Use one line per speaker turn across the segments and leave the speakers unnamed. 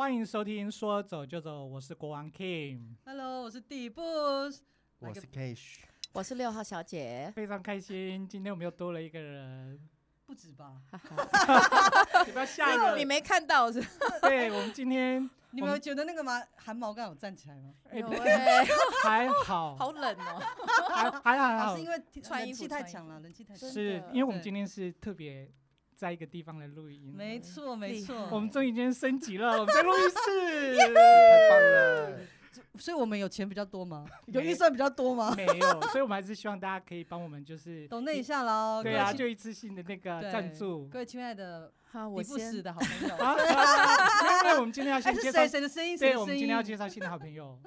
欢迎收听《说走就走》，我是国王 Kim，
Hello，我是第布。
我是 Cash，
我是六号小姐，
非常开心，今天我们又多了一个 人，
不止吧？
你不要吓人
你。没看到是吧？
对我们今天
你们有觉得那个吗？汗毛刚有啊站起来吗？
哎、
有哎，
还好，
好冷哦。
还还还
啊，
好
是因，为
穿
冷
衣服
气太
穿衣
强
服
了，冷气太强。
真
是
的
因为我们
对
今天是特别在一个地方来录音，
没，错，没
厉害
我
错。
们终于今天升级了，我们在录音室，
嗯
太棒了！
所以我们有钱比较多吗？有
没
预算比较多吗？
没有，所以我们还是希望大家可以帮我们，就是
懂那一下喽。
对
各
啊，
位
就一次性的那个
对
赞助。
各位亲爱的
好，
底
我
布
先
斯的好朋友。
啊，因为我们今天要
哎，
先
是
介绍
谁谁的声音？谁
对，
的
我们
声
今天要介
音？
绍新的好朋 友，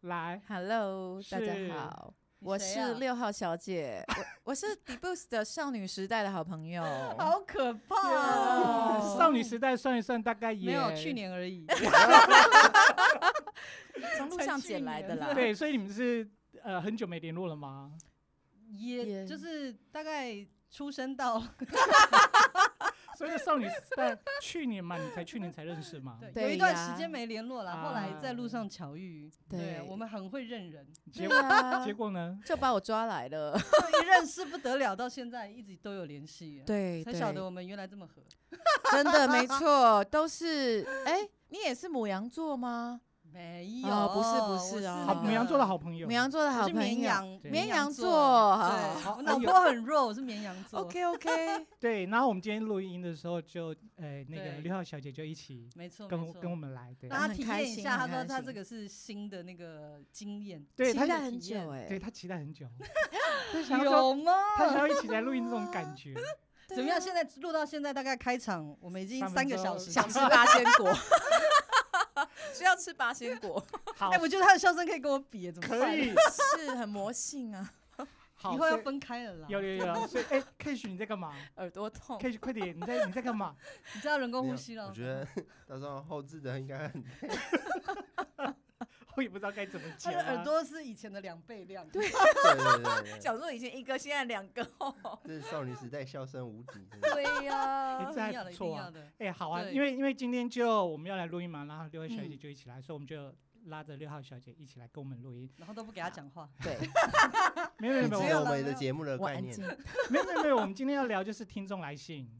来，
，Hello，大
是
家好，我
你谁啊
是六号小姐，我我 是 d e b o s 的少女时代的好朋友。
好可怕
哦
哦！
啊少女时代算一算，大概也
没有，去年而已。
从路上捡来的啦。
对，所以你们是呃很久没联络了吗？
也
也
就是大概出生到
所以少女时代去年嘛，你才去年才认识嘛，
对，有
对
一段
呀啊
时间没联络了，后来在路上巧遇。
对
对，我们很会认 人，
结
对啊
结果 呢？
就把我抓来了。
就一认识不得了，到现在一直都有联系。，
对，
才
对
晓得我们原来这么合。
真的没错，都是哎、你也是母羊座吗？
没有，
哦不是不
我
是
是
哦
好，
那个
母羊座的好朋友，
母羊座的
我
好
是
朋
绵
友。
羊，
对
绵羊座
对，
好
我脑
哎呦
波很弱，我是绵羊座。
OK OK，
对。然后我们今天录音的时候就，呃那个
对
六号小姐就一起
没错，啊
跟
没
我跟我
错。
们来，对
让他
很
体
开
验一
心
下，他
很
说
开
他这
心
个是新的那个经验，
对，
期
他
待
体
很久
验
哎、
对他期待很 久，他想要说
有啊哎吗？
他想要一起来录音这种感 觉，
对
怎么样？
啊
现在录到现在大概开场，我们已经
三分
三个
钟
小时，
想
想吃八仙 果，需要吃八仙果，
好
哎、，我觉得他的笑声可以跟我比耶，怎么办
可？以，
是很魔性啊，
好，
以后要
所以
分开了啦。
有有有，所以哎，Cash 你在 干嘛
耳朵痛。
？Cash 快点，你在你在干嘛？
你知道人工
没
呼
有
吸了。
我觉 得到时候后置的应该很
我也不知道该怎么
他
讲
的
啊，
耳朵是以前的两倍量。对
对对对对，
想说以前一个，现在两个哦。
这是少 女时代笑声无敌，真的
对呀、
哎这
一定
还
要
不
的，一定
错
要
啊。
的。
哎，好啊，
对
因为因为今天就我们要来录音嘛，然后六号小姐
嗯
就一起来，所以我们就拉着六号小姐一起来跟我们录音。
然后都不给他讲话，
对，
没有没有没
这
没
是
啊有
有
我
啦
们
没
的
有
节目的
我
概
安
念
静。。
没有没有没有，我们今天要聊就是听众来信。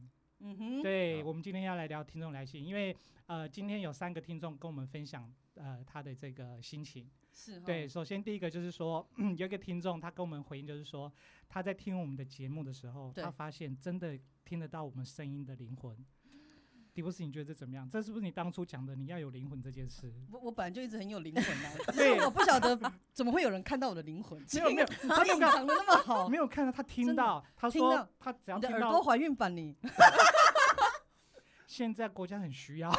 嗯哼，
对，
好
我们今天要来聊听众来信，因为呃今天有三个听众跟我们分享呃他的这个心情。
是哈。
对，，首先第一个就是说，嗯有一个听众他跟我们回应，就是说他在听我们的节目的时候，
对
他发现真的听得到我们声音的灵魂。迪布斯，你觉得这怎么样？这是不是你当初讲的你要有灵魂这件事？
我我本来就一直很有灵魂 啊，只
对
是我不晓得怎么会有人看到我的灵魂，
没 有没有，
他隐藏的那么好
没，有看到他听
真的
到，他
听
说
到
他只要
你的
听
耳朵
到，
怀孕吧你？嗯
现在国家很需要，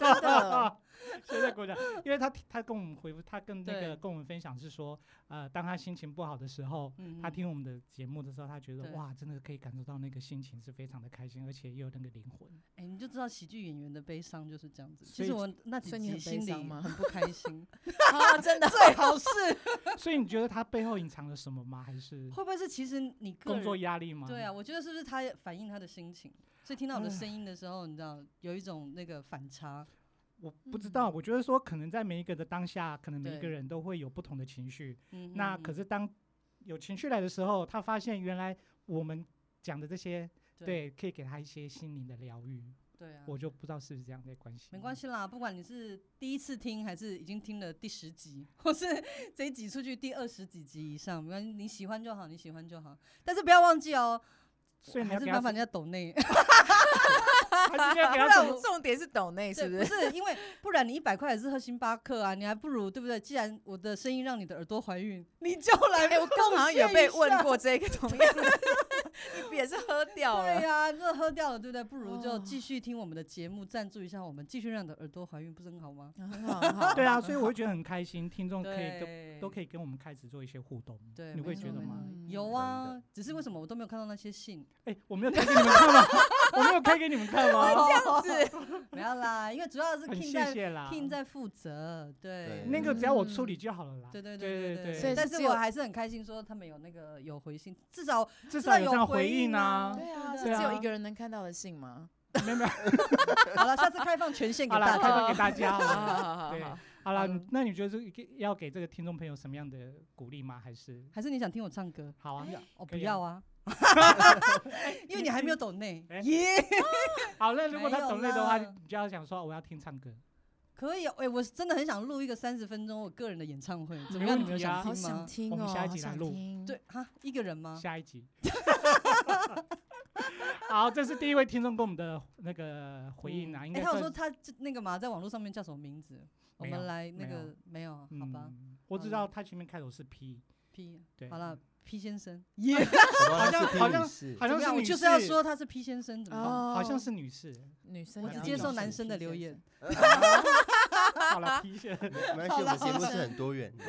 真
嗯
的，
现在国家，因为他他跟我们回复，他跟那个
对
跟我们分享是说，呃，当他心情不好的时候，
嗯，
他听我们的节目的时候，他觉得
对
哇，真的可以感受到那个心情是非常的开心，而且也有那个灵 魂。
哎，你就知道喜剧演员的悲伤就是这样子。
所
其
以
实我那几
所以你
集
很悲
心里
伤吗
很不开 心，
啊，真的，
最好是
所以你觉得他背后隐藏了什么吗？还是
会不会是其实你个
工
人
作压力吗？
对啊，，我觉得是不是他也反映他的心情？所以听到我的声音的时候，你知道有一种那个反差，
我不知道。我觉得说，可能在每一个的当下，可能每一个
嗯对
人都会有不同的情绪。
嗯哼，
那可是当有情绪来的时候，他发现原来我们讲的这些，对，可以给他一些心灵的疗愈。
对啊，
我就不知道是不是这样的关系。
没关。系啦，不管你是第一次听还是已经听了第十集， 或是这一集出去第二十几集以上，没关系，你喜欢就好，你喜欢就好。但是不要忘记哦，
所以你
还
要
是
给
麻
他，
烦人家 抖内，
还是要给他
不然
什
我
么？
重点是抖内是
对
不
不
是？
是因为不然你一百块也是喝星巴克啊，你还不如对不对？既然我的声音让你的耳朵怀孕，你就 来。
哎，我刚好像有被问过这个同样的， 你也是喝掉
对
了。
呀、这喝掉了，对不对？不如就
哦
继续听我们的节目，赞助一下我们，继续让你的耳朵怀孕，不是很好吗？
很好很好
对 啊，所以我会觉得很开心，听众可以都
对，
都可以跟我们开始做一些互动。
对，
你
没
会
错
觉得
没
吗
错？
嗯
有
真
啊
的，
只是为什么我都没有看到那些信？
哎，我没有开给你们看吗？ 我没有开给你们看
哦
吗？啊
是
没有啦，因为主要是
很
King
谢啊
在
谢啦。
King 在负责，对
对
那个只要我处
嗯
理就好了啦。
对对
对
对
对，
所以
但
是
是
只有
我还是很开心，说他们有那个有回信，至少
至
至
少
少
有
有
这样
回
回
应
应啊
啊。
对啊，
对
是
对
只有
啊
一个人能看到的信吗？
没有没有，
好了，下次开放权限给
好啦，
大
开
家。
放给大家
啊好好
好了。
好好
对
好，
好啦
好了，
那你觉得这个给要给这个听众朋友什么样的鼓励吗？还是
还是你想听我唱歌？
好啊？
我
可
不
以啊
要啊，因为你还没有懂内
哎
耶。
好，那如果
没
他
有
懂类的话，
啦
你就要想说我要听唱歌。
可以，哎、我真的很想录一个三十分钟我个人的演唱会，怎么
没
样？
问
你们
题
想
啊
好
听
想
吗？
听
我
哦，
们下一集
好
来
想
录
听，
对哈，一个人吗？
下一集。 好，这是第一位听众给我们的那个回应啊，应
哎、
该
他有
算
说他这那个嘛，在网络上面叫什么名字？我
没
们
有
来那
没有
个没有啊，好吧
嗯我知
好
道
了
他前面开头是 P，
，P
对，
好了，P 先生，耶、
好
像好像
是
好 像
怎么样？
是
我
女
就是
士
要说他是 P 先生，怎么办？
好像
哦
是女士，
女生
我
也
只
要
接
女
受
生
男生的
提
留
示
言，
好了 P 先生，
没关系，我们节目是很多元的。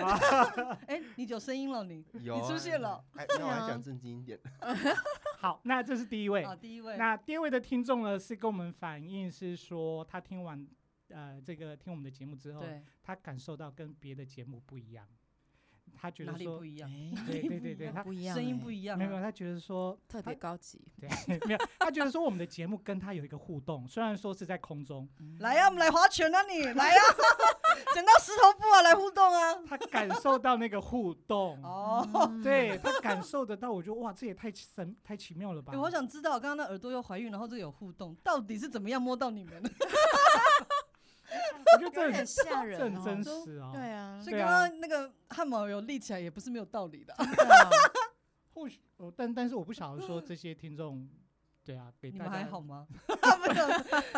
哎、你有声音了你，
有啊
你出现了。
哎那我还
对啊
讲正经一点，
好，那这是第一位
好，，哦第一位，
那第二位的听众呢是跟我们反映是说他听完呃这个听我们的节目之后，
对，
他感受到跟别的节目不一样，他觉
哪
得
里
说
不一样？
哎
对对对 对，他
不一样，哎
声音不
一
一样、
没有没有
啊，
他觉得说
特别高级，
对没有，他觉得说我们的节目跟他有一个互动，虽然说是在空中，
嗯
来呀、我们来划拳啊 你，来呀、整到石头布啊，来互动啊。
他感受到那个互 动，
哦，
嗯
对他感受得到，我觉得哇，这也太神太奇妙了吧！
哎我好想知道，刚刚那耳朵又怀孕，然后这个有互动，到底是怎么样摸到你们？
我觉得
有
这
点
很
吓
这
人
很
哦，
真
都
实哦。
对啊，
所以
对
刚
啊
刚那个汗毛有立起来，也不是没有道理的。啊
真的
或许，哦但但是我不晓得说这些听众，对啊，给
你
大
们
家
还好 吗？ 没有，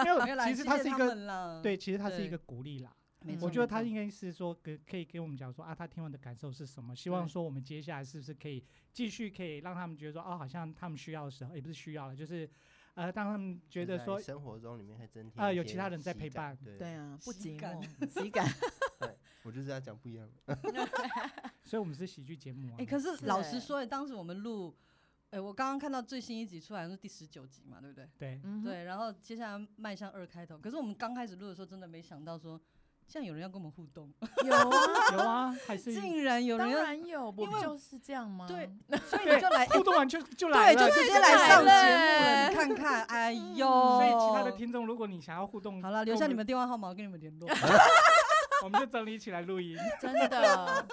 没有
没有啦，
其实它
谢
是
谢
一
他
个
们啦。
对，其实它是一
对
个鼓励啦。
没错，
我觉得他
没错
应该是说给可以给我们讲说啊，他听完的感受是什么？希望
对
说我们接下来是不是可以继续可以让他们觉得说哦，好像他们需要的时候也不是需要了，就是呃，让他们觉得
在
说
生活中里面还增添
啊
一
有
些
其他人在
喜
陪
感
伴
对
对，
啊，不
喜
寂
感
寞，喜 感，
我就是要讲不一样的。
所以我们是喜剧节目啊。
哎，可是
是
老
哎
实说，当时我们录，哎，我刚刚看到最新一集出来是第十九集嘛，对不对？
对，
嗯哼，
对，然后接下来迈向二开头。可是我们刚开始录的时候，真的没想到说，现在有人要跟我们互动，
有啊，
有啊，还是
竟然有人
当
要，
然有，不
因为
就是这样吗？，
对 所以你就来，哎
互动完就就来
对，
了，
就直接来
来
上节目
了
了，你看看，哎呦。
所以其他的听众，如果你想要互动，
好了，留
跟
下
我
你们，电话号码，我跟你们联络。
我们就整理起来录音。
真 的，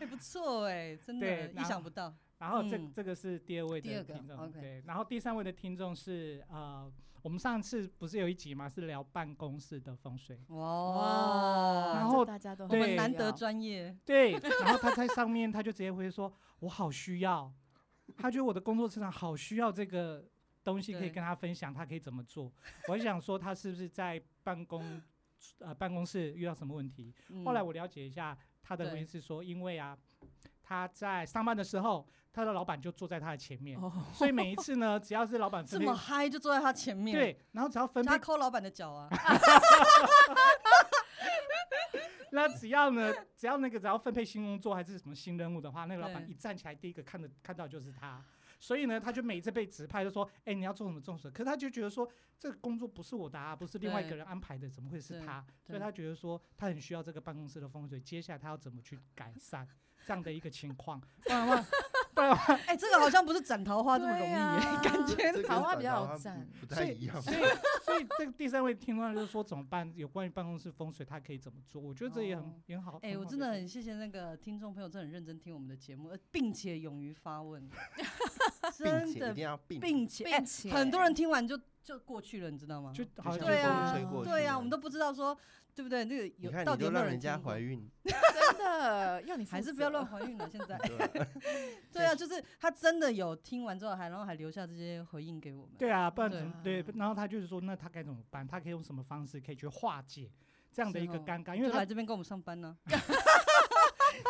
哎，不错哎，真的
对
意
然
想
后
不到。
然后这、
嗯
这个是第二位
第二
的
个
听众，
，OK
对，然后第三位的听众是呃，我们上次不是有一集嘛，是聊办公室的风水，
哇，
然后
大家都
我们
对
难得专业，
对，然后他在上面他就直接会说，我好需要，他觉得我的工作职场好需要这个东西可以
对
跟他分享，他可以怎么做。我就想说他是不是在办公呃办公室遇到什么问题？后来
嗯
我了解一下他的
对
原因是说，因为啊他在上班的时候，他的老板就坐在他的前面，
哦，
所以每一次 呢，只要是老板
这
分配
么嗨就坐在他前面，，
对，然后只要分
他
配，
抠老板的脚啊，
那只要呢，只要那个只要分配新工作还是什么新任务的话，那个老板
对
一站起来，第一个看的看到就是他。所以呢，他就每一次被指派，就说：“哎、你要做什么做什么。”可是他就觉得说，这个工作不是我的啊，不是另外一个
对
人安排的，怎么会是
对
他？所
对
以他觉得说，他很需要这个办公室的风水，接下来他要怎么去改善这样的一个情况？不然的话，不然的话，
哎，这个好像不是斩桃花这么
对
容易
啊
耶，感 觉
这跟
桃花
转
比较
桃
有
花
赞
不不
所
太一
以
样。
所以所以这个第三位听众就是说怎么办？有关于办公室风水，他可以怎么做？我觉得这也很、
哦
也很好。
哎，
很
我
好
真的
建议
很谢谢那个听众朋友，真的很认真听我们的节目，呃并且勇于发问，
并
真
且一
的，
定要并
并且哎
并，且
很多人听完就就过去了，你知道吗？
就
就
好
像
像
对
风
啊
吹过去
对呀，
了
我们都不知道说，对不对？那个
你
有
看
到
你
底
都
有没有
让
人
人家
听过
怀孕，
真的要你
还
负
是不要
责
乱，怀孕了，现在。
对吧
对啊，就是他真的有听完之后还，然后还留下这些回应给我们。
对啊，不然
对
怎么对？然后他就是说，那他该怎么办？他可以用什么方式可以去化解这样的
是
一个
哦
尴尬？因为
就来
他
这边跟我们上班 呢、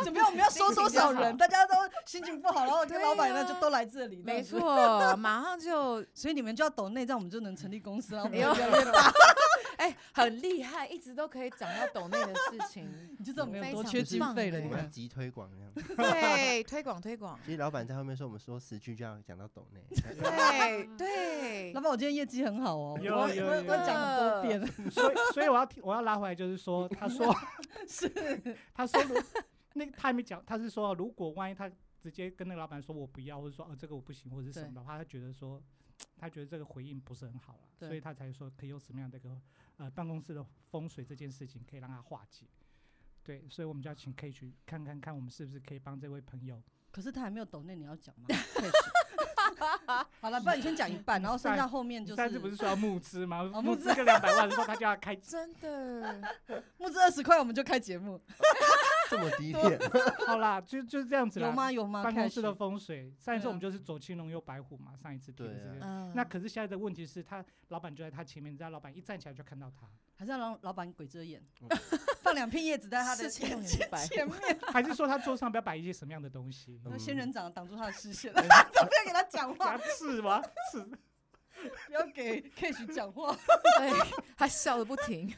怎么样？我们要收多少人？大家都心情不好，然后跟老板
对
呢
啊
就都来这里。
没，错，马上就
所以你们就要抖内，这样我们就能成立公司了。然后我
哎呦
们就越来越大，，
哎很厉害，一直都可以讲到懂内的事情
你就知道我们有
非
多
常
缺经
棒
费了。
哎
你
我们要
看，
急推广这样。
对，推广 推广，
其实老板在后面说，我们说十句就要讲到抖 内。
对对
老，板，我今天业绩很好哦，
有
我
有
我
有
我讲很多 遍，
所以所以我要提我要拉回来，就是说，他说
是
他说如 那个他还没讲，他是说如果万一他直接跟那个老板说我不要，或者说哦这个我不行，或者是什
对
么的话，他觉得说他觉得这个回应不是很好了，
对
所以他才说可以用什么样的一个呃办公室的风水这件事情可以让他化解。对，所以我们就要请 K 去看看看，我们是不是可以帮这位朋友。
可是他还没有抖那你要讲吗？对 好了，不然你先讲一半，然后剩下后面就
上次不
是
是说要募资吗？
哦募
募
资
资个两百万的时候，他就要 开
真的
募资二十块，我们就开节目，
这么低调，
好啦，就就是这样子啦。
有吗？有吗？
办公室的
开始
风水，上一次
对啊
我们就是走青龙又白虎嘛，上一次提的
对
这
啊
个。
嗯，
那可是现在的问题是他老板就在他前面，他老板一站起来就看到他，
还是要让老板鬼遮眼
嗯，
放两片叶子在他的
是
前
千年一白，
前面，
还是说他桌上不要摆一些什么样的东西？
嗯
那仙人掌挡住他的视线， 不要给他讲
牙
话，
刺吗？刺。
不要给 Cash 讲话。
对，他笑的不停，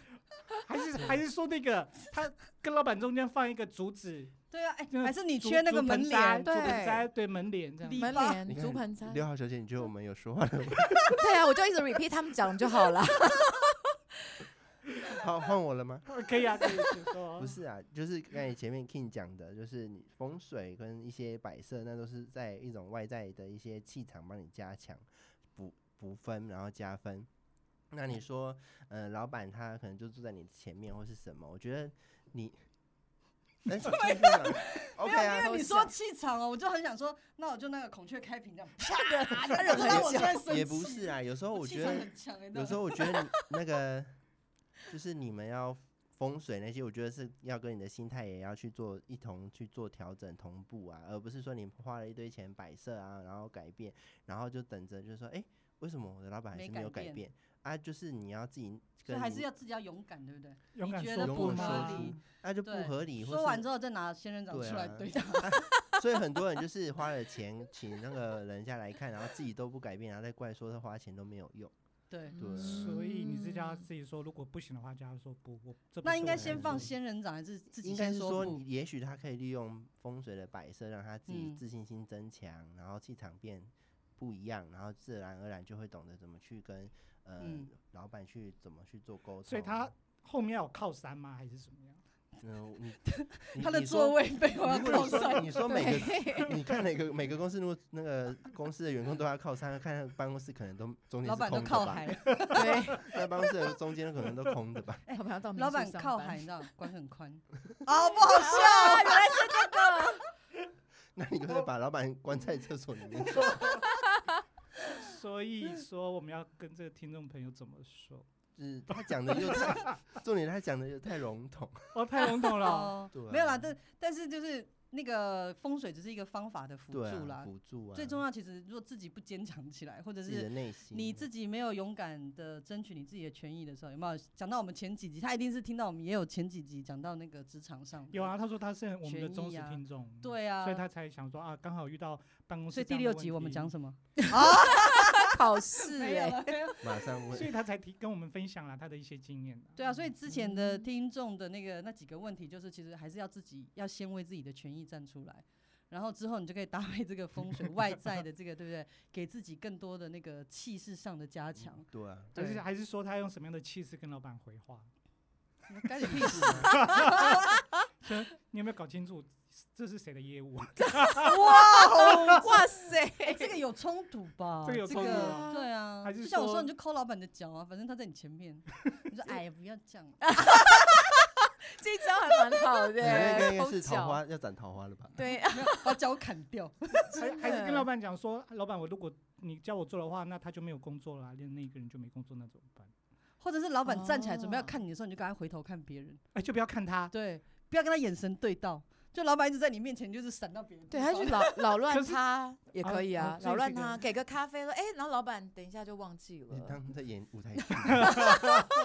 还是还是说那个他跟老板中间放一个竹子，
对 啊，哎，
那个
还是你
竹
缺那个
竹
门
盆栽
帘
竹盆
对
栽对门帘这样
篱
子。
门
笆
帘、
你
竹
看
盆栽，
六号小姐，你觉得我们有说话的吗？
对啊，我就一直 repeat 他们讲就好了。
好，换我了吗？
可以啊，可以，请说。
不，是啊，就是刚才前面 King 讲的，就是你风水跟一些摆设，那都是在一种外在的一些气场帮你加强、补补分，然后加分。那你说，呃，老板他可能就住在你前面或是什么？我觉得你， 哎，什么
没有
？OK
因
啊，
为你
都
说
像
气场哦，我就很想说，那我就那个孔雀开屏这样，啪，
对
惹到我现在生气。
也不是啊。有时候我
气
觉
场
得，
很强哎，
有时候我觉得你 那个就是你们要风水那些，我觉得是要跟你的心态也要去做一同去做调整同步啊，而不是说你花了一堆钱摆设啊，然后改变，然后就等着就是说，哎、为什么我的老板还
没
是没
改
有改
变
变啊？就是你要自己
所以
跟你，
啊还是要自己要勇敢，对不对？
勇敢
你觉
说
得
不
勇敢
吗
说
合理？
那、啊就不
对
合理，或
说完
是
之后再拿仙人掌
对
出来
啊
对打，
所以很多人就是花了钱请那个人家来看，然后自己都不改变，然后再怪说他花钱都没有用。
对。
对
嗯所以你是叫 他自己说，如果不行的话，叫他说不，我这不
那
是
应
我
该
能
先
做
放
的
仙人掌，还是自己
应该
先
是
不
说，你也许他可以利用风水的摆设，让他自己
嗯
自信心增强，然后气场变不一样，然后自然而然就会懂得怎么去跟呃、
嗯
老板去怎么去做沟通。
所以他后面有靠山吗？还是什么样？
嗯，你你
他的
你
座
说
位被我要
如果
靠
你说
山，
你说每个 你看每个每个公司，如果那个公司的员工都要靠山，看办公室可能都中间
老
是
板都
空的
靠
吧？
海，
对，
那办公室的中间可能都空的吧？
好朋友到哦民
老
宿
板
上
靠
班
海，你知道，管很宽。 啊，不好笑，
啊，原来是这个，
那你可以把老板关在厕所里 面去。
所以说我们要跟这个听众朋友怎么说？
就是他讲的又太， 重点他讲的又太笼统。
哦，太笼统了 哦。
哦
对啊
没有啦，但但是就是那个风水只是一个方法的辅
对
助
啊，
啦。
辅助啊，
最重要其实，如果自己不坚强起来，或者
自己
是
的内心，
你自己没有勇敢的争取你自己的权益的时候，有没有讲到我们前几集？他一定是听到我们也有前几集讲到那个职场上的
有啊，，他说他是我们的
权益
忠实
啊
听众，、
对啊，
所以他才想说啊，刚好遇到办公室。
所以第六集我们讲
么？
什么？
考试
没有
哎，
了，没有
马上
所以
问，
他才提跟我们分享了他的一些经验啊。
对啊，所以之前的
嗯
听众的那个那几个问题，就是其实还是要自己要先为自己的权益站出来，然后之后你就可以搭配这个 风水外在的这个，对不对？给自己更多的那个气势上的加强。
对啊，
还
对
是还是说他用什么样的气势跟老板回话？嗯
干你屁事！啊
说你有没有搞清楚这是谁的业务？啊
哇哦哇塞，
哎，这个有冲突吧？
哦这个有冲突
个
吗
对啊，
还是
就像我
说
说，你就抠老板的脚啊，反正他在你 前面，你说哎，不要这样，
这一招还蛮好的
你那
欸，
个应该
抠
是桃
脚
花，要斩桃花了吧？
对，
没有把脚砍掉。
还还是
真的
跟老板讲说，老板，我如果你叫我做的话，那他就没有工作啦，连那一个人就没工作，那怎么办？
或者是老板站起来准备要
哦
看你的时候，你就赶快回头看别人，
哎，就不要看他。
对，不要跟他眼神对到。就老板一直在你面前，就是闪到别人。
对他去，扰扰乱
可是
他也可以
啊
啊
啊，这
扰乱
是一个
他给个咖啡说，哎，然后老板等一下就忘记
你
了，
当在演舞 台剧。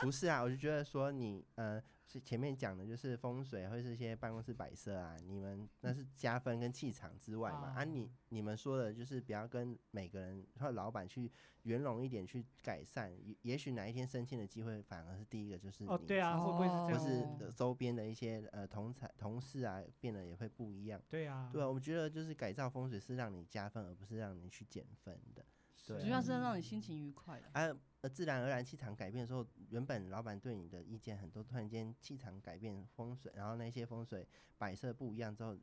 不是啊，我就觉得说你呃，是前面讲的就是风水或是一些办公室摆设啊，你们那是加分跟气场之外嘛。啊
哦
你，你们说的就是不要跟每个人或老板去圆融一点去改善，也也许哪一天升迁的机会反而是第一个就是你。
哦，对啊，会不会是这
或
样
哦
是
子？
呃周边的一些呃同才同事啊，变得也会不一样。
对啊，
对啊，我们觉得就是改造风水是让你加分，而不是让你去减分的。对
主要是要让你心情愉快
嗯
啊。
而、呃、自然而然气场改变的时候，原本老板对你的意见很多，突然间气场改变风水，然后那些风水摆设不一样之后，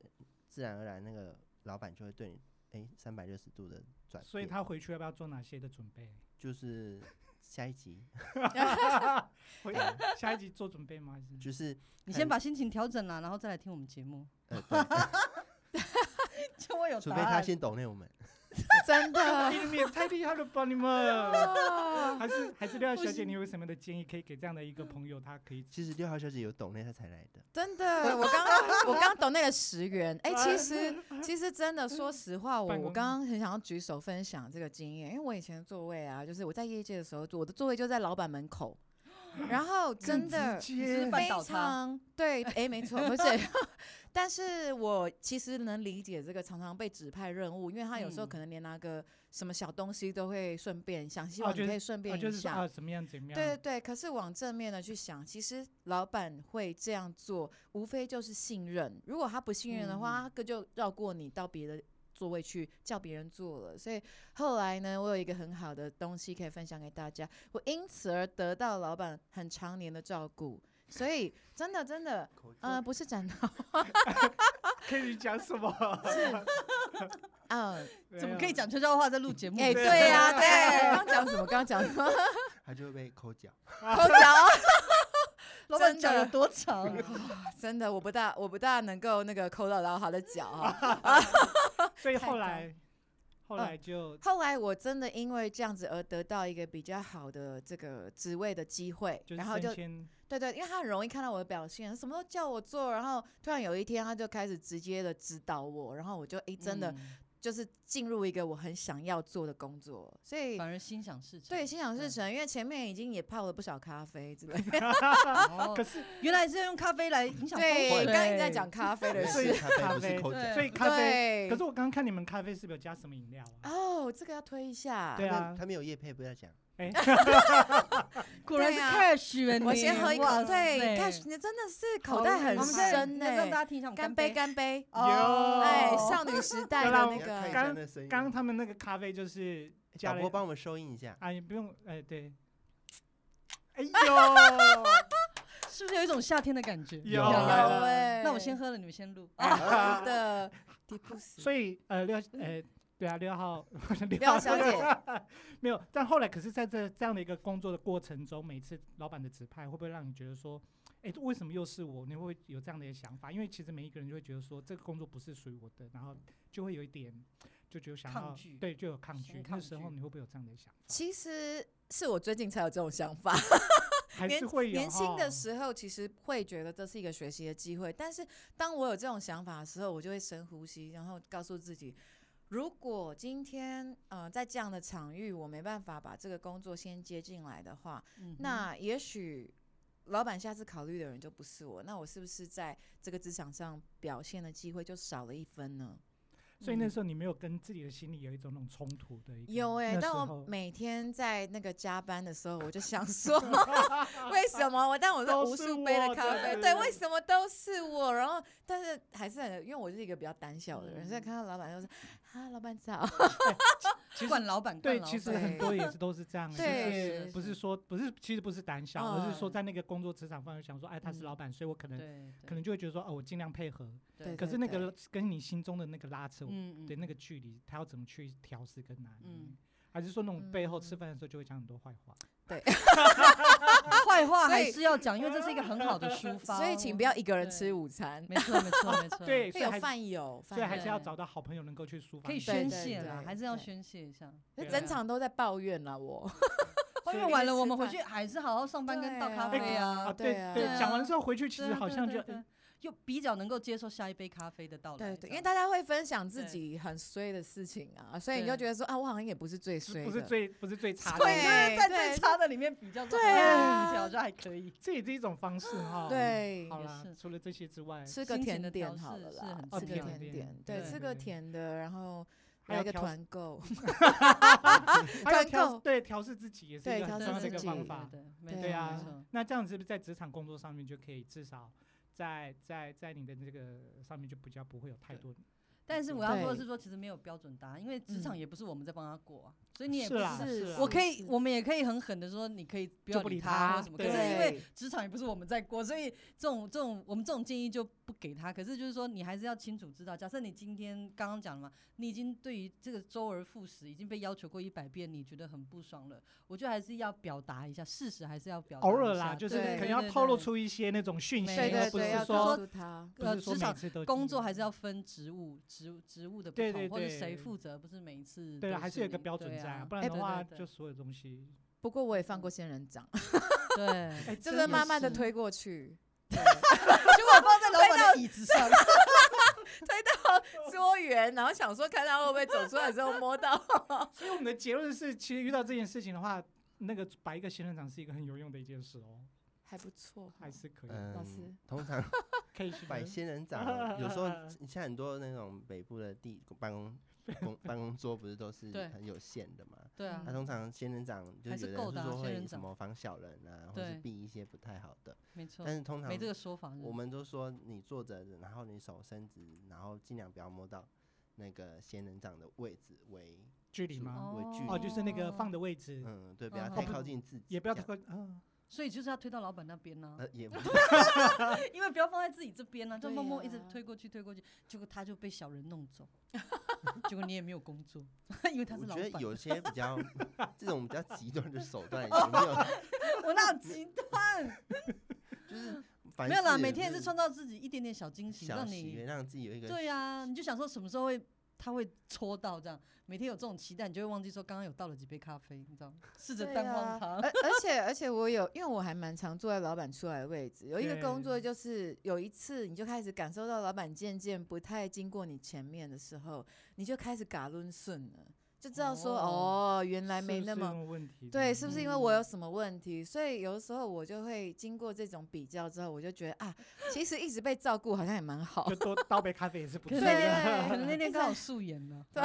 自然而然那个老板就会对你哎三百六十度的转变。
所以他回去要不要做哪些的准 备？
就是下一集，
回下一集做准备吗？还是
就是
你
看
先把心情调整了，然后再来听我们节目，
哎
呃，对
就会有
除
答
非他
案。
先懂内我们，
真的。
你们也太厉害了吧，你们！还是还是廖小姐，你有什么的建议可以给这样的一个朋友，他可以
其实六号小姐有懂内她才来的，
真的，我刚刚 我刚抖那了十元，哎、其实其实真的，说实话，我
办
我
公
刚刚很想要举手分享这个经验，因为我以前的座位啊，就是我在业界的时候，我的座位就在老板门口，然后真的
直
你
接
是不是
非
绊倒他，
常对，哎、没错，不是， 但是我其实能理解这个常常被指派任务，因为他有时候
嗯
可能连拿个什么小东西都会顺便想，希
哦
望你
就是
可以顺便
啊，就
一
是说
下，
啊，怎么样怎么样？
对对对，可是往正面的去想，其实老板会这样做，无非就是信任。如果他不信任的话，他就绕过你到别的座位去叫别人做了。所以后来呢，我有一个很好的东西可以分享给大家，我因此而得到老板很常年的照顾。所以真的真的，呃，不是展到，
可以讲什 么？啊
嗯、
怎么可以？讲悄悄话在录节目？
哎、
对
对 呀、
啊
对，刚讲什么？刚讲什么？啊
她就会被抠脚。
抠脚。
老板
真
脚
的
有多长啊？
真的，我不大，我不大能够那个抠到到他的脚啊。
所以
太高嗯
后来后来就
后来我真的因为这样子而得到一个比较好的这个职位的机会，
就是
然后就
升迁
对对，因为他很容易看到我的表现，什么都叫我做，然后突然有一天他就开始直接的指导我，然后我就诶 真的
嗯
就是进入一个我很想要做的工作，所以
反而心想事成。
对心想
嗯
事成，因为前面已经也泡了不少咖啡之 类的，
哦
可是
原来是要用咖啡来影响风
对，
水。
刚刚一直在讲咖啡的
所以
事，
咖啡不
咖啡
是抠脚，
对
所以咖啡，
嗯对
可是，我刚刚看你们咖啡是不是有加什么饮料啊？
哦，这个要推一下，
对啊
她没有叶配，不要讲。
哎，
果然是
对啊
cash 哎
我先喝一
哇
口，
塞
对，看你真的是口袋很
我们现在
深呢、
要让大家听一下我们
干杯，
欸杯。
干杯！
有
哎，少女 时代的
有啦
那
我
你要看一
个，
下
刚
那声音
刚刚他们那个咖啡就是加
导
了
播帮我们收音 一下，
啊，也不用哎， 对。哎呦，
是不是有一种夏天的感觉？
有啊
有
了
哎
那我先喝了，你们先录。啊
啊
真 的，迪布斯，
所以呃六呃对啊六号
嗯 廖小姐，
没有，但后来可是在这这样的一个工作的过程中，每次老板的指派会不会让你觉得说，哎、为什么又是我？你会不会有这样的一个想法？因为其实每一个人就会觉得说，这个工作不是属于我的，然后就会有一点就觉得想
抗
要
拒
对，就有抗
先
拒。
抗
那时候
拒
你会不会有这样的想 法？
其实是我最近才有这种想法。
还
年
是会有
年轻
哈
的时候，其实会觉得这是一个学习的机会，但是当我有这种想法的时候，我就会深呼吸，然后告诉自己，如果今天呃在这样的场域，我没办法把这个工作先接进来的话，
嗯哼
那也许老板下次考虑的人就不是我，那我是不是在这个职场上表现的机会就少了一分呢？
所以那
嗯
时候你没有跟自己的心里有一种那种冲突的一个
有哎、
那
但
时
我
候
每天在那个加班的时候，我就想说， 为什么我？但我是
都
无
是
数杯的
我
咖
对
啡，
对
对，
对
为什么都是我？然后，但是还是很，因为我是一个比较胆小的人，所以
嗯
看到老板就说：“啊，老板 早。
其实
惯老板，
对，
惯老
其实
板
很多也是都是这 样、欸，
对
就是
是
不
是
是说不是，其实不是胆小，而是说
嗯
在那个工作职场方面想说，哎，他是
嗯
老板，所以我可能
对，
可能就会觉得说，哦，我尽量配合。
对
对
可
对
是那
对
个跟你心中的那个拉扯，
嗯
对那个
个
距离，他要怎么去调试跟拿捏？
嗯
还是说那种背后吃
嗯
饭的时候就会讲很多坏话？
坏话
所以
还是要讲，因为这是一个很好的抒”发。
所以，请不要一个人吃
对
午餐，
没错，没错，没错，
对，
会
所以
有
还是
饭友，
所以还
饭
是
友
要
对
找到好朋友能够去抒发
可以
你的。
对
宣
对
泄啦，
对
还是要
对
宣泄一下。
那
对
整
啊
场都在抱怨了 我。
抱
所
怨
以
完了，我们
吃
回
饭
去还是好好上班跟倒
对
咖
啊
啡
啊，
啊。
对
对啊
对
对，
讲
啊
完之后回去，其
对
实
啊
好
对
像
对
就哎
对又比较能够接受下一杯咖啡的到来。
对对，因为
他
大家会分享自
对
己很衰的事情啊，所以你就
对
觉得说啊，我好像也不是最衰的，
不是最不是最差的。
对
在
对
最差的里面比较，
对啊
比较就还可以。
这也是一种方式哈。，
对，
好
也
啦
是，
除了这些之外，
吃个
心情
甜
的
点
调
好
试
了
是
啦
很，
吃
吃
个
甜
甜
点
点，对，
对
吃个
对
甜的，然后
还
来
有
一个
调
团购，
还有
团
调
购
对调试自己也是
对
一个很
调
重要
试
的一个
自己
方法。
对
对
没
对
错
啊
没错
那这样是不是在职场工作上面就可以至少在在在你的这个上面就比较不会有太
对
多
但是我要说的
对
是说，其实没有标准答案，因为职场
嗯
也不是我们在帮他过啊，所以你也
是
不
啦，
是
是啊啦
我可以
是，
我们也可以很狠的说，你可以不要
就不理
他
他
或什么。可
对
是因为
对
职场也不是我们在过，所以这种这种我们这种建议就不给他。可是就是说，你还是要清楚知道，假设你今天刚刚讲了嘛，你已经对于这个周而复始已经被要求过一百遍，你觉得很不爽了，我觉得还是要表达一下，事实还是要表达一
偶
下。
尔啦，就是
对
可能
对
要透露。
对对
出一些那种讯息，而
对
对
哎不
对，
是
要告
说
诉他，
不是
呃
说
职
每
场
次都
工作
一样
还是要分职务、职务职务的不同，
对对
或者
对
谁负责，不是每一次
对
都
啊，还是有一个
你
标准
对
在啊，
啊，
不然的
哎
对对
话
对
就所有东 西
不过我也放过仙人掌，
对，
哎
就
真
是
的
慢慢的
是
推过去，
结果放在老板的椅子上，
桌缘，然后想说看他会不会走出来之后摸到。
所以我们的结论是，其实遇到这件事情的话，那个摆一个仙人掌是一个很有用的一件事哦，
还不 错，
还是可以，
老师
嗯，通 常
可以去
摆
跟
仙人掌 哦，有时候你像很多那种北部的地办公公办公桌不是都是
对
很有限的嘛？
对啊
那，通常仙人掌就
还
有
是
的人
够的
是
啊
说
仙人
会
掌
什么防小人啊，或
对
是避一些不太好的，
没错，
但是通常
没这个嗯说法是不是。
我们都说你坐着，然后你手伸直，然后尽量不要摸到那个仙人掌的位置为
距离
主
吗？
为距
哦，就是那个放
的，
的位置，
嗯，对，不要
嗯
太
哼
靠近自己，
也不要
这
太
样
快啊。
所以就是要推到老板那边呢，
呃也不
因为不要放在自己这边呢，就
对
默默一直
呀
推过去推过去，结果他就被小人弄走， 结果你也没有工作， 因为他是
我
老
觉得
板。
有些比较这种比较极端的手段有没有？
我那极端，
就是凡
没有啦，
事
每天也
就是
创造自己一点点小惊喜，
小
让
喜悦，
你
让自己有一个
对呀，你就想说什么时候会。他会戳到这样，每天有这种期待，你就会忘记说刚刚有倒了几杯咖啡，你知道吗？试着
对
淡
啊
忘它。
而而且而且我有，因为我还蛮常坐在老板出来的位置。有一个工作就是有一次你就开始感受到老板渐渐不太经过你前面的时候，你就开始嘎抡顺了，就知道说
哦
哦原来
是
没
不
那
是
么。
有问题，
对，是不是因为我有
嗯
什么问题？所以有的时候我就会经过这种比较之后，我就觉得啊，其实一直被照顾好像也蛮好
就。多倒杯咖啡也是不啊
可
错
能
对
那
的。
天可能那天刚好素颜呢。 老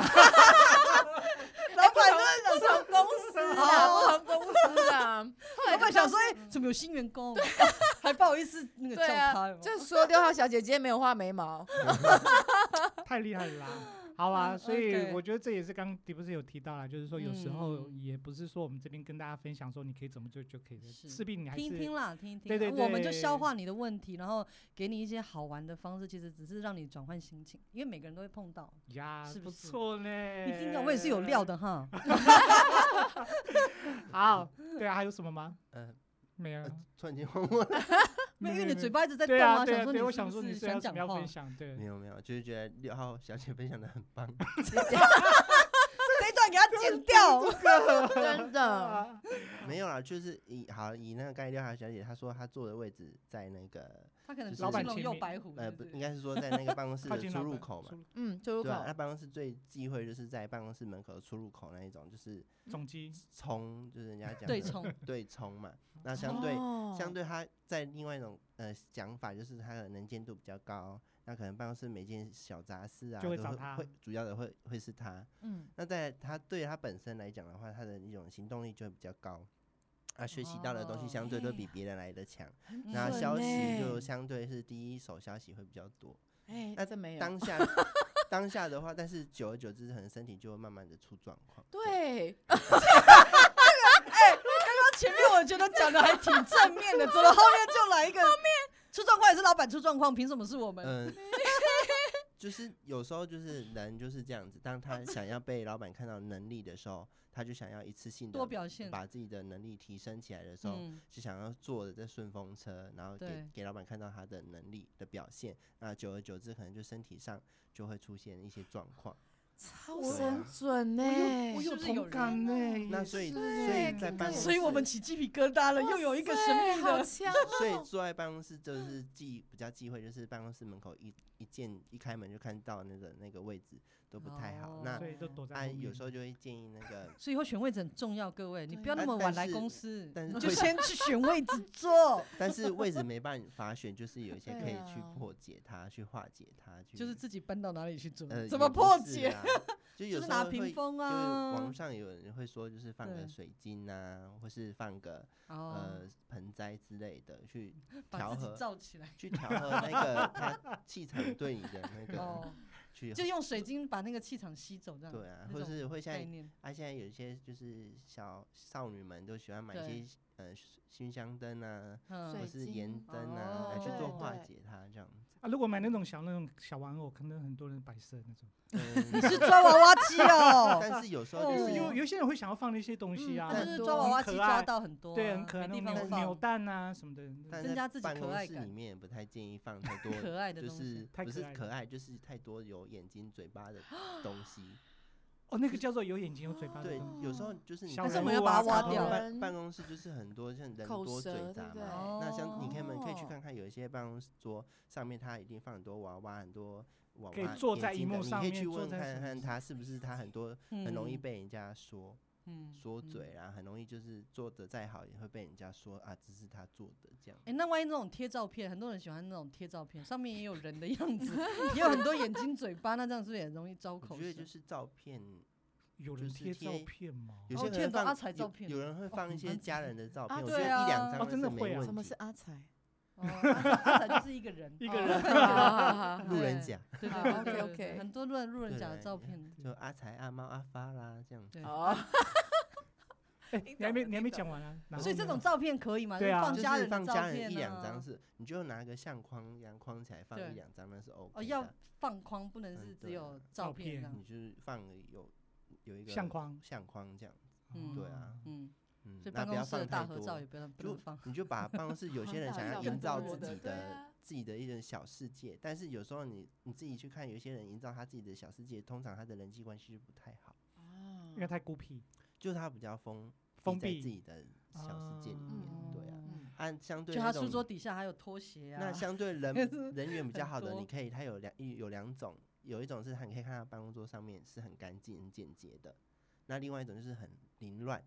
板真的想说公司
是啊，不同公司 啊，
老板想说，哎，怎么有新员工？ 还不好意思那个叫
对
他
啊
有，没有，
就说六号小姐今天没有画眉 毛，
太厉害了啦！好啊，
嗯
所以
OK
我觉得这也是刚迪不是有提到啦，就是说有时候
嗯
也不是说我们这边跟大家分享说你可以怎么做就可以了，
是
势必你还是
听听啦，听一听，
对对
我们就
对
消化你的问题，然后给你一些好玩的方式，其实只是让你转换心情，因为每个人都会碰到。
呀，
是不
不
是
错呢。
你听到我也是有料。的哈，
好，对 啊，还有什么吗？
呃
没有
呃
啊，
突然间问我
没有，因为你
没
嘴巴一直在动
对啊，对
想
啊，
说
对，我
是
想
不
说你
是
是要怎
想讲
么样
话
分？享？对，
没有没有，就是觉得六号小姐分享的很棒，
这一段给他剪掉。
真的。
啊
没有啦，就是以好以那个刚才六号小姐她说她坐的位置在那个
他可能
就是
左
老板
青龙
前
右
面
白虎，
呃
是
不
不是
应该是说在那个办 公室
靠
的
近
出
老
入
板
口嘛，，
嗯，出入
对
口
啊，那办公室最忌讳就是在办公室门口出入口那一种，就是
总机
冲，就是人家讲
对
的
冲，
对冲 嘛，那相对
哦
相对他在另外一种呃讲法，就是他的能见度比较高，那可能办公室每件小杂事啊，
就会
都
找
会
他
会主要的会会是他。
嗯，
那在他对他本身来讲的话，他的一种行动力就会比较高，啊，学习到的东西
哦
相对都比
哎
别人来的强，
嗯
很
那
准
消息
欸
嗯
就相对是第一手消息会比较多。
哎，
那
这没有
当下当下的话，但是久而久之，可能身体就会慢慢的出状况。
对，啊
前面我觉得讲的还挺正面的，怎么后面就来一 个后面出状况也是老板出状况，凭什么是我们？
嗯，就是有时候就是人就是这样子，当他想要被老板看到能力的时候，他就想要一次性
多
的
表现，
把自己的能力提升起来的时候，
嗯，
就想要坐着这顺风车，然后
对
给给老板看到他的能力的表现。那久而久之，可能就身体上就会出现一些状况。
超
我
神准呢
嗯
我有我
是
有哎同
不是有人哦
感呢。
那
也
所以
是
所
欸
以在办公室，
所以我们 起鸡皮疙瘩了，
哇
又有一个
塞
神秘
好
的，
强
所以
哦
坐在办公室就是忌比较忌讳，就是办公室门口一一见一开门就看到那个那个位置都不太好。那
所以都躲在
啊，
后面
有时候就会建议那个
所以以后选位置很重要，各位，你不要那
啊
么
但
晚来
是
公司，
但是
你就
会
先去选位置 坐，
但是位置没办法选，就是有一些
对
可以去
啊
破解它，去化解它，去
就是自己搬到哪里去坐
呃，
怎么破
也
解？
不是啦
就
就有
是
时候
拿
会
屏风
就是网
啊
络，上有人会说，就是放
对
个水晶啊，或是放个
哦，
呃盆栽之类的，去
把
调
自己
和
罩起来，
去调和那个它气场对你的那个
哦，
去
就用水晶把那个气场吸走，这样
对啊，
那
或
种
是会
概
像
念。
啊，现在有一些就是小少女们都喜欢买
对
一些呃熏香灯啊，或
嗯
水，
是
晶
盐灯啊，来去
哦
做化
对
解它这 样子。
啊，如果买那种小那种小玩偶，可能很多人摆设那种。
嗯
你是抓娃娃机哦，
但是有时候就
哦
是因
有
为
有些人会想要放那些东西
嗯
啊，
他就
但
是
很
抓娃
多
娃
很
机
可
抓
爱
到很多啊，
对，很可爱，
没地
那
方
种
放
扭蛋啊什么的。
但
增
在
加自己
办
可
公
爱
室
感
里面不太建议 放太
可
多，
爱的
就
东西
是。
太
不
可
是
爱
可
了
爱，就是太多有眼睛、嘴 巴的东西。
哦，那个叫做有眼睛有嘴巴的
对
哦
东西。，
有时候就是你
小人
看到
物啊
办
小
公
人
办办公室就是很多像人
口
多
舌
嘴
对
杂
不
嘛。那像你看们可以去
哦
看看，有一些办公室桌上面它一定放很多娃娃，很多娃
可以
娃
坐
眼
在
睛
荧
的
幕上
你可以
面
去
坐
问
在什
看
么
看他是不是他很多
很
很容易被人家说说嘴。
嗯嗯嗯
啦，很容易就是做的再好也会被人家说啊，只是他做的这样。
哎、那万一那种贴照片，很多人喜欢那种贴照片，上面也有人的样子， 也有很多眼睛、嘴巴，那这样是不是也容易招
我
口
觉得
舌？
就是照片，
有
就
人
是
贴照
贴
片吗？
有
哦
些
贴
人
很多
放
阿才
有
照片
有人会放一
很
些
安
家
全
人的照
啊
片，我觉
对
得
啊
一两
哦
张
真的
没
会啊
问
什么
题
是阿才？
哦，阿仔就是一个 人，
一个
哦
人
对啊
路人
对
甲，
对对
啊
对对对
OK，OK
对很多路人路人
对
甲的
对
照
对
片，
就阿才、阿猫、阿发啦这样。
对，
哦，
哎，
听
你还没
懂了
你还没
听
讲完啊？然
所以
后
这
呢
种照片可以吗？
对啊
放
就
家
是
人
放
的
家
照
人
片
一两
啊
张是，你就拿个相框、阳框起来放
对
一两张，那是 OK
哦，
的。
要放框，不能
嗯
是只
对
有
啊
照
照
片这
片
样
你。就是放个有有一个
相框，哦
相框这样，
嗯
对啊，
嗯，
嗯，
所以
那
办
不要
公室的
放
大
太
合
多
照也不能不
就
能放。
你就把办公室有些人想
大
要
家
营造
更
自
多的
己
对
的
啊
自己的一种小世界，但是有时候你你自己去看，有些人营造他自己的小世界，通常他的人际关系就不太好，
哦
因为太孤僻
就是他比较封
封
闭在自
闭。
己的小世界里面，对啊，
嗯
按相对
哦就他
那
书桌
种
底下还有拖鞋啊，
那相对人人缘比较
很
好的，
多
你可以他有两有两种，有一种是很可以看到办公桌上面是很干净、很简洁的，那另外一种就是很凌乱。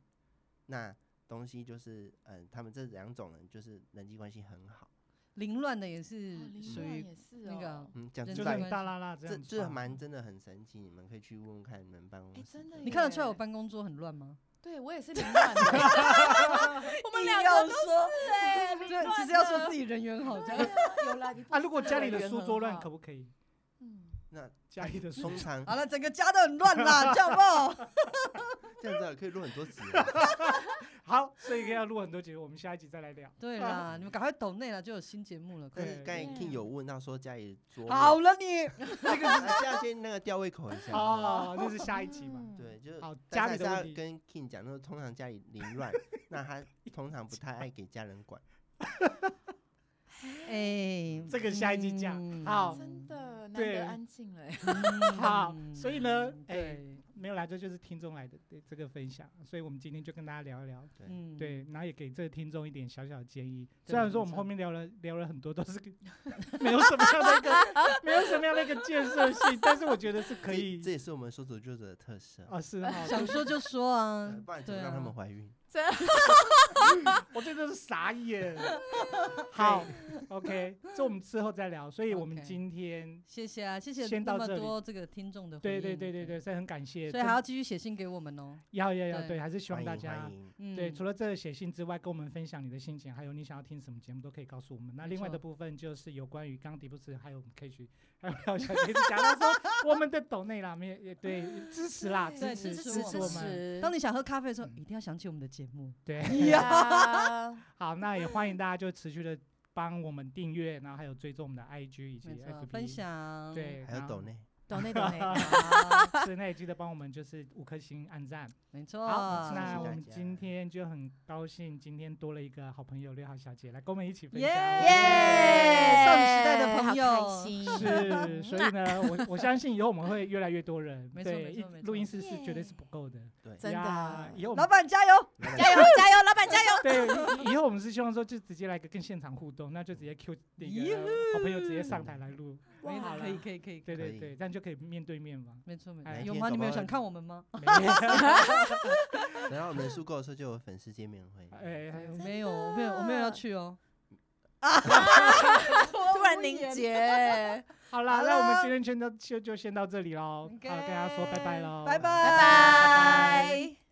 那东西就是，嗯、他们这两种人就是人际关系很好，
凌乱的也是
啊凌
属
乱
于
也是
那个
哦，
嗯，讲
人
就
出
是
际
来
很大啦啦这
这
样子啊
这
吧，哦
还蛮真的很神奇，你们可以去问问看你们办公室。
哎真的
你
耶
看得出来我办公桌很乱吗？
对我也是凌乱 的，我们两个都
说，
对， 凌
对，只
乱
是要说
的
自己人缘好，这
对
样。
啊有啦，你不
啊，如果家里
人
的
缘
书
很
桌 乱，
好
可不可以？
嗯，
那
家里的书
通 常
好了，整个家都很乱啦，这样好不好？
这样子啊可以录很多集啊。
好，所以要录很多节目，我们下一集再来聊。
对啦，你们赶快抖内了，就有新节目了，快
但
点
是刚才
对啊
King 有问到说家里桌面，
好了你，
那个是要先那个吊胃口一下。啊
哦，那是下一集 嘛。
嗯
对，，就是
好，家
但
里
是
的
还
问
是
题，
要跟 King 讲，就是通常家里凌 乱，那他通常不太爱给家人管。
哎，
这个下一集讲
嗯
好
真 的难
对
得安静了欸，
好所以呢
嗯
哎
对
没有啦，这就是听众来的对这个分享，所以我们今天就跟大家聊一聊，
对
嗯，
对，然后也给这个听众一点小小的建议。
对
虽然说我
没
们
错
后面聊了聊了很多，都是 没有什么样的一个没有什么样的一个建设性，但是我觉得是可
这
以
这也是我们说走就走的特色。
啊，是哈，
想说就说 啊
呃，不然怎
对
么让他
啊
们怀孕？
真
我真的是傻眼。 好，OK，这我们之后再聊。所以我们
OK
今天，
谢谢啊，谢谢
先
那
到
么
这里
多这个听众的回
对
应，
对对对对，所以很感谢。
所以还要继续写信给我们哦。
要要要，
对
对，还是希望
欢迎
大
欢
家。
迎，
嗯，
对，除了这个写信之外，跟我们分享你的心情，还有你想要听什么节目，都可以告诉我们。那
没
另外
错
的部分就是有关于刚刚迪布斯，还有我们可以去，还有廖小姐一直讲到 说我们的抖内啦，没有也对支持啦，
对
支持
支持
支
我
持
们
我们，
当你想喝咖啡的时候，
嗯
一定要想起我们的节目。
对，
呀，
好，那也欢迎大家就持续的帮我们订阅，然后还有追踪我们的 IG 以及
没错，
FB
分享。
对，
还有
然后
抖 内，
懂内懂 内，
好，
室内记得帮我们就是五颗星按赞。
没错。
好，那
谢
我
大
们
家
今天就很高兴，今天多了一个好朋友六号小姐来跟我们一起分
耶
享。
耶！少女时代的朋
好开
友，
心，
是，所以呢，我我相信以后我们会越来越多人，
没错
对，
没
一
错没
录音
错
室是绝对是不够的，
对，
真
呀
的，
以后我
老
们
板加 油！
加油加油，老板加油，
对以以后我们是希望说就直接来个更现场互动，那就直接 Q 那
耶
个好朋友直接上台来录，
没
好
有可以
啦
可以可以，可
对
以
可
对
以
对，这样就可以面对面 嘛。
没错没
哎
错。有
今天
吗？
搞
你们有
不好
想看我们吗？
没有
然后我们书购的时候就有粉丝见面会，
哎
我，没有，我没有，我没有要去哦。
突然凝 结，
好啦，
好
那我们
啦
今天先到就就先到这里喽，好，跟大家说拜拜喽，
拜拜
拜拜。